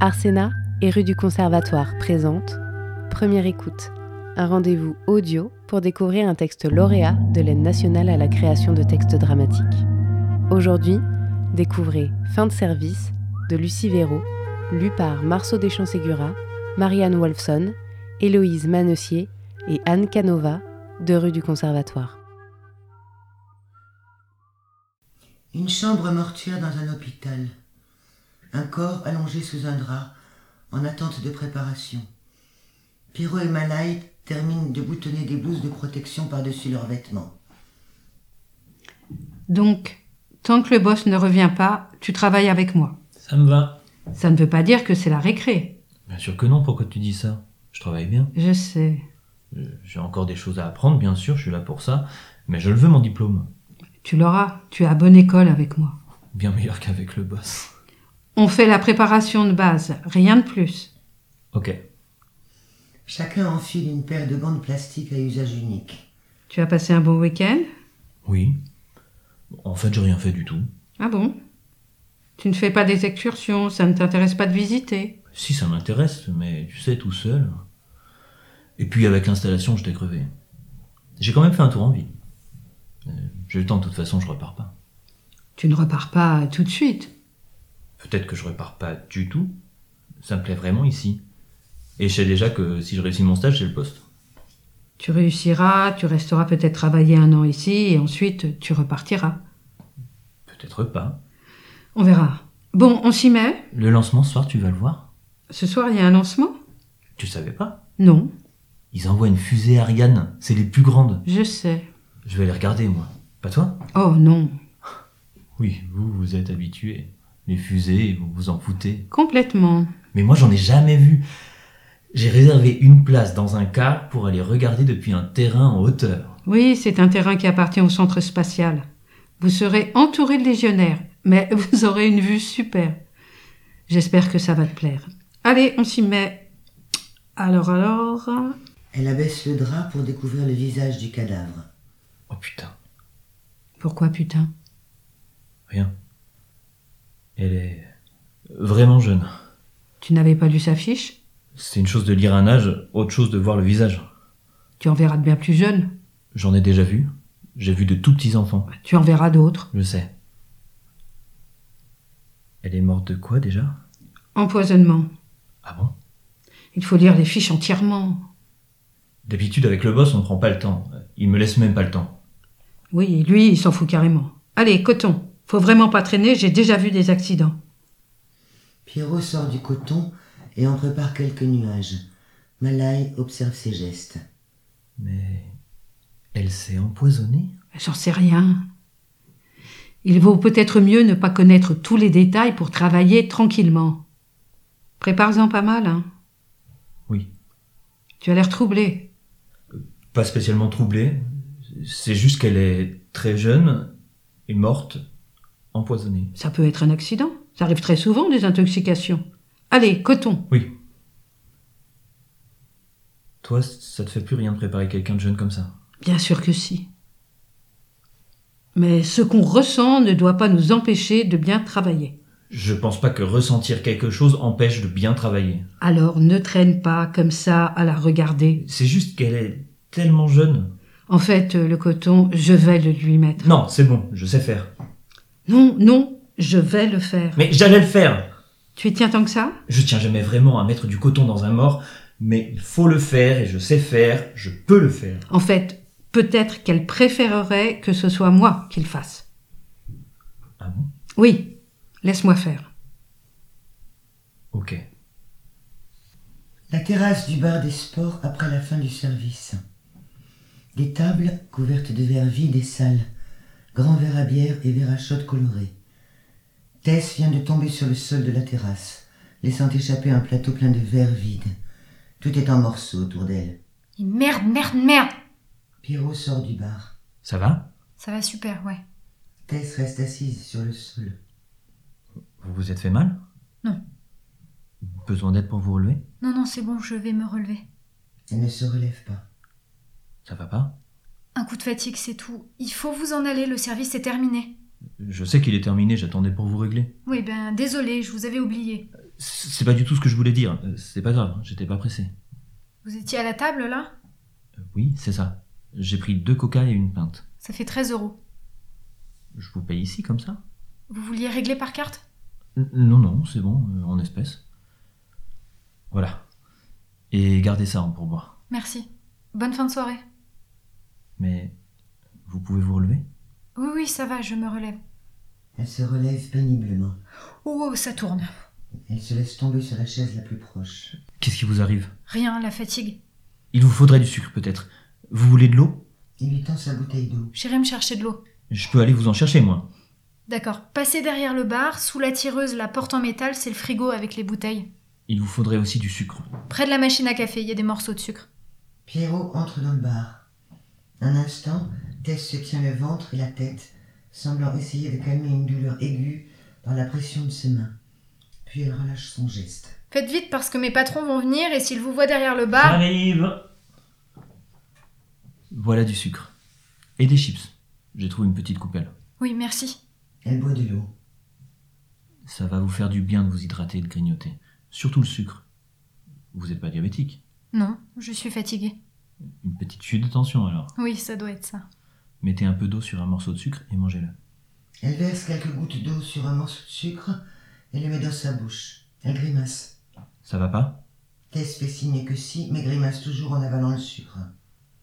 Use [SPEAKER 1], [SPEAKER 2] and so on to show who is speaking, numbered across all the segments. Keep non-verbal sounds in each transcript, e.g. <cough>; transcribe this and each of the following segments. [SPEAKER 1] Arsena et rue du Conservatoire présente Première écoute, un rendez-vous audio pour découvrir un texte lauréat de l'aide nationale à la création de textes dramatiques. Aujourd'hui, découvrez Fin de service de Lucie Véraud, lu par Marceau Deschamps-Ségura, Marianne Wolfson, Héloïse Manessier et Anne Canova de rue du Conservatoire.
[SPEAKER 2] Une chambre mortuaire dans un hôpital. Un corps allongé sous un drap, en attente de préparation. Pierrot et Malaï terminent de boutonner des blouses de protection par-dessus leurs vêtements.
[SPEAKER 3] Donc, tant que le boss ne revient pas, tu travailles avec moi.
[SPEAKER 4] Ça me va.
[SPEAKER 3] Ça ne veut pas dire que c'est la récré.
[SPEAKER 4] Bien sûr que non, pourquoi tu dis ça Je travaille bien.
[SPEAKER 3] Je sais.
[SPEAKER 4] Euh, J'ai encore des choses à apprendre, bien sûr, je suis là pour ça, mais je le veux mon diplôme.
[SPEAKER 3] Tu l'auras. Tu es à bonne école avec moi.
[SPEAKER 4] Bien meilleur <laughs> qu'avec le boss.
[SPEAKER 3] On fait la préparation de base, rien de plus.
[SPEAKER 4] Ok.
[SPEAKER 2] Chacun enfile une paire de bandes plastiques à usage unique.
[SPEAKER 3] Tu as passé un bon week-end
[SPEAKER 4] Oui. En fait, j'ai rien fait du tout.
[SPEAKER 3] Ah bon Tu ne fais pas des excursions, ça ne t'intéresse pas de visiter.
[SPEAKER 4] Si ça m'intéresse, mais tu sais, tout seul. Et puis avec l'installation, j'étais crevé. J'ai quand même fait un tour en ville. Euh, J'ai le temps, de toute façon, je repars pas.
[SPEAKER 3] Tu ne repars pas tout de suite.
[SPEAKER 4] Peut-être que je repars pas du tout. Ça me plaît vraiment ici. Et je sais déjà que si je réussis mon stage, j'ai le poste.
[SPEAKER 3] Tu réussiras, tu resteras peut-être travailler un an ici et ensuite tu repartiras.
[SPEAKER 4] Peut-être pas.
[SPEAKER 3] On verra. Bon, on s'y met
[SPEAKER 4] Le lancement ce soir, tu vas le voir
[SPEAKER 3] Ce soir, il y a un lancement
[SPEAKER 4] Tu savais pas
[SPEAKER 3] Non,
[SPEAKER 4] Ils envoient une fusée Ariane. C'est les plus grandes.
[SPEAKER 3] je sais.
[SPEAKER 4] Je vais les regarder, moi. Pas toi
[SPEAKER 3] Oh non,
[SPEAKER 4] Oui, vous, vous êtes habitués. Les fusées, vous vous en foutez.
[SPEAKER 3] complètement.
[SPEAKER 4] Mais moi, j'en ai jamais vu. J'ai réservé une place dans un car pour aller regarder depuis un terrain en hauteur.
[SPEAKER 3] Oui, c'est un terrain qui appartient au centre spatial. Vous serez entouré de légionnaires, mais <laughs> vous aurez une vue super. J'espère que ça va te plaire. Allez, on s'y met. Alors, alors.
[SPEAKER 2] Elle abaisse le drap pour découvrir le visage du cadavre.
[SPEAKER 4] Oh putain,
[SPEAKER 3] Pourquoi putain
[SPEAKER 4] rien. Elle est vraiment jeune.
[SPEAKER 3] Tu n'avais pas lu sa fiche
[SPEAKER 4] C'est une chose de lire un âge, autre chose de voir le visage.
[SPEAKER 3] Tu en verras de bien plus jeunes.
[SPEAKER 4] J'en ai déjà vu. J'ai vu de tout petits enfants.
[SPEAKER 3] Tu en verras d'autres.
[SPEAKER 4] Je sais. Elle est morte de quoi déjà
[SPEAKER 3] Empoisonnement.
[SPEAKER 4] Ah bon
[SPEAKER 3] Il faut lire les fiches entièrement.
[SPEAKER 4] D'habitude, avec le boss, on ne prend pas le temps. Il me laisse même pas le temps.
[SPEAKER 3] Oui, lui, il s'en fout carrément. Allez, coton. Faut vraiment pas traîner, j'ai déjà vu des accidents.
[SPEAKER 2] Pierrot sort du coton et en prépare quelques nuages. Malaï observe ses gestes.
[SPEAKER 4] Mais. Elle s'est empoisonnée
[SPEAKER 3] Ben, J'en sais rien. Il vaut peut-être mieux ne pas connaître tous les détails pour travailler tranquillement. Prépare-en pas mal, hein.
[SPEAKER 4] Oui.
[SPEAKER 3] Tu as l'air troublé.
[SPEAKER 4] Pas spécialement troublée. C'est juste qu'elle est très jeune et morte, empoisonnée.
[SPEAKER 3] Ça peut être un accident. Ça arrive très souvent, des intoxications. Allez, coton.
[SPEAKER 4] Oui. Toi, ça te fait plus rien de préparer quelqu'un de jeune comme ça
[SPEAKER 3] Bien sûr que si. Mais ce qu'on ressent ne doit pas nous empêcher de bien travailler.
[SPEAKER 4] Je pense pas que ressentir quelque chose empêche de bien travailler.
[SPEAKER 3] Alors ne traîne pas comme ça à la regarder.
[SPEAKER 4] C'est juste qu'elle est tellement jeune.
[SPEAKER 3] En fait, le coton, je vais le lui mettre.
[SPEAKER 4] Non, c'est bon, je sais faire.
[SPEAKER 3] Non, non, je vais le faire.
[SPEAKER 4] Mais j'allais le faire
[SPEAKER 3] Tu y tiens tant que ça
[SPEAKER 4] Je tiens jamais vraiment à mettre du coton dans un mort, mais il faut le faire et je sais faire, je peux le faire.
[SPEAKER 3] En fait, peut-être qu'elle préférerait que ce soit moi qui le fasse.
[SPEAKER 4] Ah bon
[SPEAKER 3] Oui, laisse-moi faire.
[SPEAKER 4] Ok.
[SPEAKER 2] La terrasse du bar des sports après la fin du service. Des tables couvertes de verres vides et sales, grands verres à bière et verres à shot colorés. Tess vient de tomber sur le sol de la terrasse, laissant échapper un plateau plein de verres vides. Tout est en morceaux autour d'elle.
[SPEAKER 5] Et merde, merde, merde
[SPEAKER 2] Pierrot sort du bar.
[SPEAKER 4] Ça va
[SPEAKER 5] Ça va super, ouais.
[SPEAKER 2] Tess reste assise sur le sol.
[SPEAKER 4] Vous vous êtes fait mal
[SPEAKER 5] Non.
[SPEAKER 4] Besoin d'aide pour vous relever
[SPEAKER 5] Non, non, c'est bon, je vais me relever.
[SPEAKER 2] Elle ne se relève pas.
[SPEAKER 4] Ça va pas
[SPEAKER 5] Un coup de fatigue, c'est tout. Il faut vous en aller, le service est terminé.
[SPEAKER 4] Je sais qu'il est terminé, j'attendais pour vous régler.
[SPEAKER 5] Oui, ben, désolé, je vous avais oublié.
[SPEAKER 4] C'est pas du tout ce que je voulais dire. Euh, C'est pas grave, j'étais pas pressé.
[SPEAKER 5] Vous étiez à la table là
[SPEAKER 4] Euh, Oui, c'est ça. J'ai pris deux coca et une pinte.
[SPEAKER 5] Ça fait 13 euros.
[SPEAKER 4] Je vous paye ici comme ça
[SPEAKER 5] Vous vouliez régler par carte
[SPEAKER 4] N- Non, non, c'est bon, euh, en espèces. Voilà. Et gardez ça en pourboire.
[SPEAKER 5] Merci. Bonne fin de soirée.
[SPEAKER 4] Mais vous pouvez vous relever
[SPEAKER 5] Oui, oui, ça va, je me relève.
[SPEAKER 2] Elle se relève péniblement.
[SPEAKER 5] Oh, oh, ça tourne.
[SPEAKER 2] Elle se laisse tomber sur la chaise la plus proche.
[SPEAKER 4] Qu'est-ce qui vous arrive
[SPEAKER 5] Rien, la fatigue.
[SPEAKER 4] Il vous faudrait du sucre peut-être. Vous voulez de l'eau
[SPEAKER 2] Il lui tend sa bouteille d'eau.
[SPEAKER 5] J'irai me chercher de l'eau.
[SPEAKER 4] Je peux aller vous en chercher, moi.
[SPEAKER 5] D'accord, passez derrière le bar, sous la tireuse, la porte en métal, c'est le frigo avec les bouteilles.
[SPEAKER 4] Il vous faudrait aussi du sucre.
[SPEAKER 5] Près de la machine à café, il y a des morceaux de sucre.
[SPEAKER 2] Pierrot entre dans le bar. Un instant, Tess se tient le ventre et la tête, semblant essayer de calmer une douleur aiguë par la pression de ses mains. Puis elle relâche son geste.
[SPEAKER 5] Faites vite parce que mes patrons vont venir et s'ils vous voient derrière le bar.
[SPEAKER 4] J'arrive Voilà du sucre. Et des chips. J'ai trouvé une petite coupelle.
[SPEAKER 5] Oui, merci.
[SPEAKER 2] Elle boit de l'eau.
[SPEAKER 4] Ça va vous faire du bien de vous hydrater et de grignoter. Surtout le sucre. Vous n'êtes pas diabétique.
[SPEAKER 5] Non, je suis fatiguée.
[SPEAKER 4] Une petite chute de tension alors.
[SPEAKER 5] Oui, ça doit être ça.
[SPEAKER 4] Mettez un peu d'eau sur un morceau de sucre et mangez-le.
[SPEAKER 2] Elle verse quelques gouttes d'eau sur un morceau de sucre et le met dans sa bouche. Elle grimace.
[SPEAKER 4] Ça va pas
[SPEAKER 2] Tess fait signe que si, mais grimace toujours en avalant le sucre.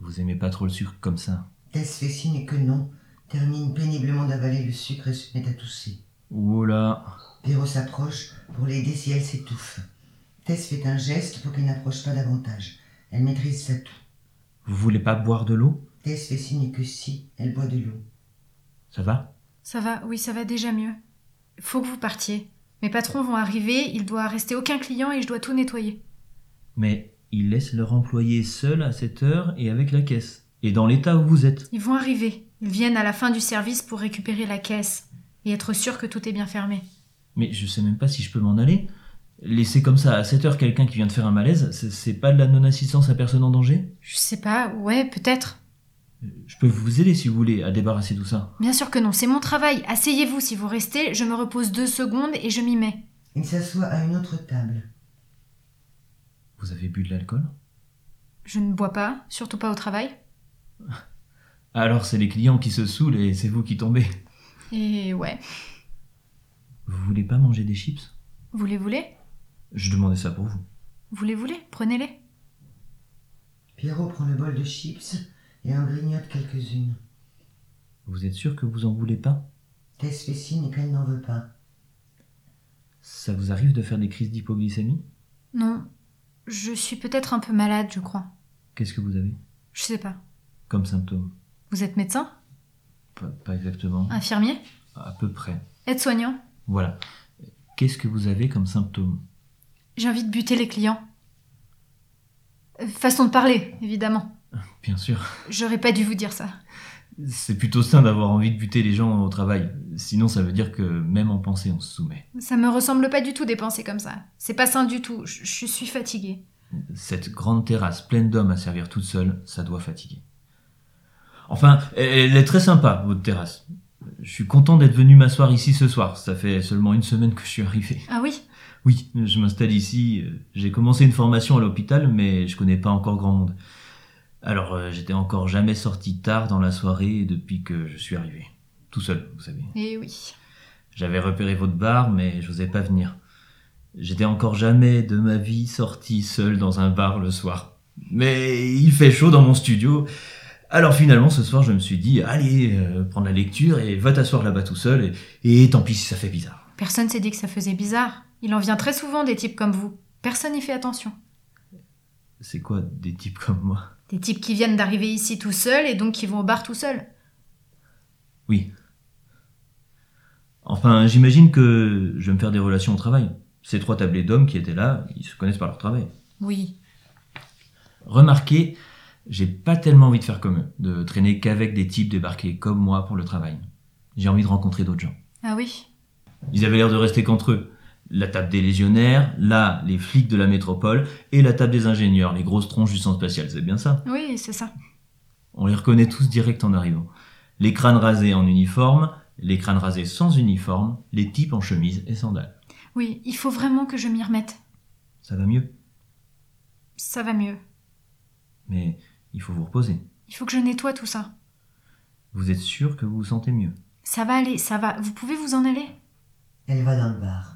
[SPEAKER 4] Vous aimez pas trop le sucre comme ça
[SPEAKER 2] Tess fait signe que non, termine péniblement d'avaler le sucre et se met à tousser.
[SPEAKER 4] Oh là
[SPEAKER 2] Pierrot s'approche pour l'aider si elle s'étouffe. Tess fait un geste pour qu'elle n'approche pas davantage. Elle maîtrise sa toux.
[SPEAKER 4] Vous voulez pas boire de l'eau
[SPEAKER 2] Tess fait signe que si, elle boit de l'eau.
[SPEAKER 4] Ça va
[SPEAKER 5] Ça va, oui, ça va déjà mieux. Faut que vous partiez. Mes patrons vont arriver, il doit rester aucun client et je dois tout nettoyer.
[SPEAKER 4] Mais ils laissent leur employé seul à cette heure et avec la caisse. Et dans l'état où vous êtes.
[SPEAKER 5] Ils vont arriver. Ils viennent à la fin du service pour récupérer la caisse et être sûr que tout est bien fermé.
[SPEAKER 4] Mais je sais même pas si je peux m'en aller. Laisser comme ça à 7 heures quelqu'un qui vient de faire un malaise, c'est- c'est pas de la non-assistance à personne en danger
[SPEAKER 5] Je sais pas, ouais, peut-être.
[SPEAKER 4] Je peux vous aider si vous voulez à débarrasser tout ça.
[SPEAKER 5] Bien sûr que non, c'est mon travail. Asseyez-vous si vous restez, je me repose deux secondes et je m'y mets.
[SPEAKER 2] Il s'assoit à une autre table.
[SPEAKER 4] Vous avez bu de l'alcool
[SPEAKER 5] Je ne bois pas, surtout pas au travail.
[SPEAKER 4] Alors c'est les clients qui se saoulent et c'est vous qui tombez.
[SPEAKER 5] Et ouais.
[SPEAKER 4] Vous voulez pas manger des chips
[SPEAKER 5] Vous les voulez
[SPEAKER 4] Je demandais ça pour vous.
[SPEAKER 5] Vous les voulez Prenez-les.
[SPEAKER 2] Pierrot prend le bol de chips et en grignote quelques-unes.
[SPEAKER 4] Vous êtes sûr que vous en voulez pas
[SPEAKER 2] Tess fait signe qu'elle n'en veut pas.
[SPEAKER 4] Ça vous arrive de faire des crises d'hypoglycémie
[SPEAKER 5] Non. Je suis peut-être un peu malade, je crois.
[SPEAKER 4] Qu'est-ce que vous avez
[SPEAKER 5] Je sais pas.
[SPEAKER 4] comme symptômes
[SPEAKER 5] Vous êtes médecin
[SPEAKER 4] pas, pas exactement.
[SPEAKER 5] Infirmier
[SPEAKER 4] À peu près.
[SPEAKER 5] Aide-soignant
[SPEAKER 4] Voilà. Qu'est-ce que vous avez comme symptômes
[SPEAKER 5] J'ai envie de buter les clients. Euh, Façon de parler, évidemment.
[SPEAKER 4] Bien sûr.
[SPEAKER 5] J'aurais pas dû vous dire ça.
[SPEAKER 4] C'est plutôt sain d'avoir envie de buter les gens au travail. Sinon, ça veut dire que même en pensée, on se soumet.
[SPEAKER 5] Ça me ressemble pas du tout des pensées comme ça. C'est pas sain du tout. Je je suis fatiguée.
[SPEAKER 4] Cette grande terrasse pleine d'hommes à servir toute seule, ça doit fatiguer. Enfin, elle est très sympa, votre terrasse. Je suis content d'être venu m'asseoir ici ce soir. Ça fait seulement une semaine que je suis arrivé.
[SPEAKER 5] Ah oui
[SPEAKER 4] Oui, je m'installe ici. J'ai commencé une formation à l'hôpital, mais je connais pas encore grand monde. Alors, euh, j'étais encore jamais sorti tard dans la soirée depuis que je suis arrivé. Tout seul, vous savez.
[SPEAKER 5] Eh oui.
[SPEAKER 4] J'avais repéré votre bar, mais je n'osais pas venir. J'étais encore jamais de ma vie sorti seul dans un bar le soir. Mais il fait chaud dans mon studio. Alors finalement, ce soir, je me suis dit, allez, euh, prendre la lecture et va t'asseoir là-bas tout seul. Et, et tant pis si ça fait bizarre.
[SPEAKER 5] Personne s'est dit que ça faisait bizarre. Il en vient très souvent des types comme vous. Personne n'y fait attention.
[SPEAKER 4] C'est quoi des types comme moi
[SPEAKER 5] Des types qui viennent d'arriver ici tout seuls et donc qui vont au bar tout seuls.
[SPEAKER 4] Oui. Enfin, j'imagine que je vais me faire des relations au travail. Ces trois tablés d'hommes qui étaient là, ils se connaissent par leur travail.
[SPEAKER 5] Oui.
[SPEAKER 4] Remarquez, j'ai pas tellement envie de faire comme eux, de traîner qu'avec des types débarqués comme moi pour le travail. J'ai envie de rencontrer d'autres gens.
[SPEAKER 5] Ah oui
[SPEAKER 4] Ils avaient l'air de rester qu'entre eux. La table des légionnaires, là, les flics de la métropole, et la table des ingénieurs, les grosses tronches du centre spatial, c'est bien ça
[SPEAKER 5] Oui, c'est ça.
[SPEAKER 4] On les reconnaît tous direct en arrivant. Les crânes rasés en uniforme, les crânes rasés sans uniforme, les types en chemise et sandales.
[SPEAKER 5] Oui, il faut vraiment que je m'y remette.
[SPEAKER 4] Ça va mieux,
[SPEAKER 5] Ça va mieux.
[SPEAKER 4] mais il faut vous reposer.
[SPEAKER 5] Il faut que je nettoie tout ça.
[SPEAKER 4] Vous êtes sûr que vous vous sentez mieux
[SPEAKER 5] Ça va aller, ça va. Vous pouvez vous en aller
[SPEAKER 2] Elle va dans le bar.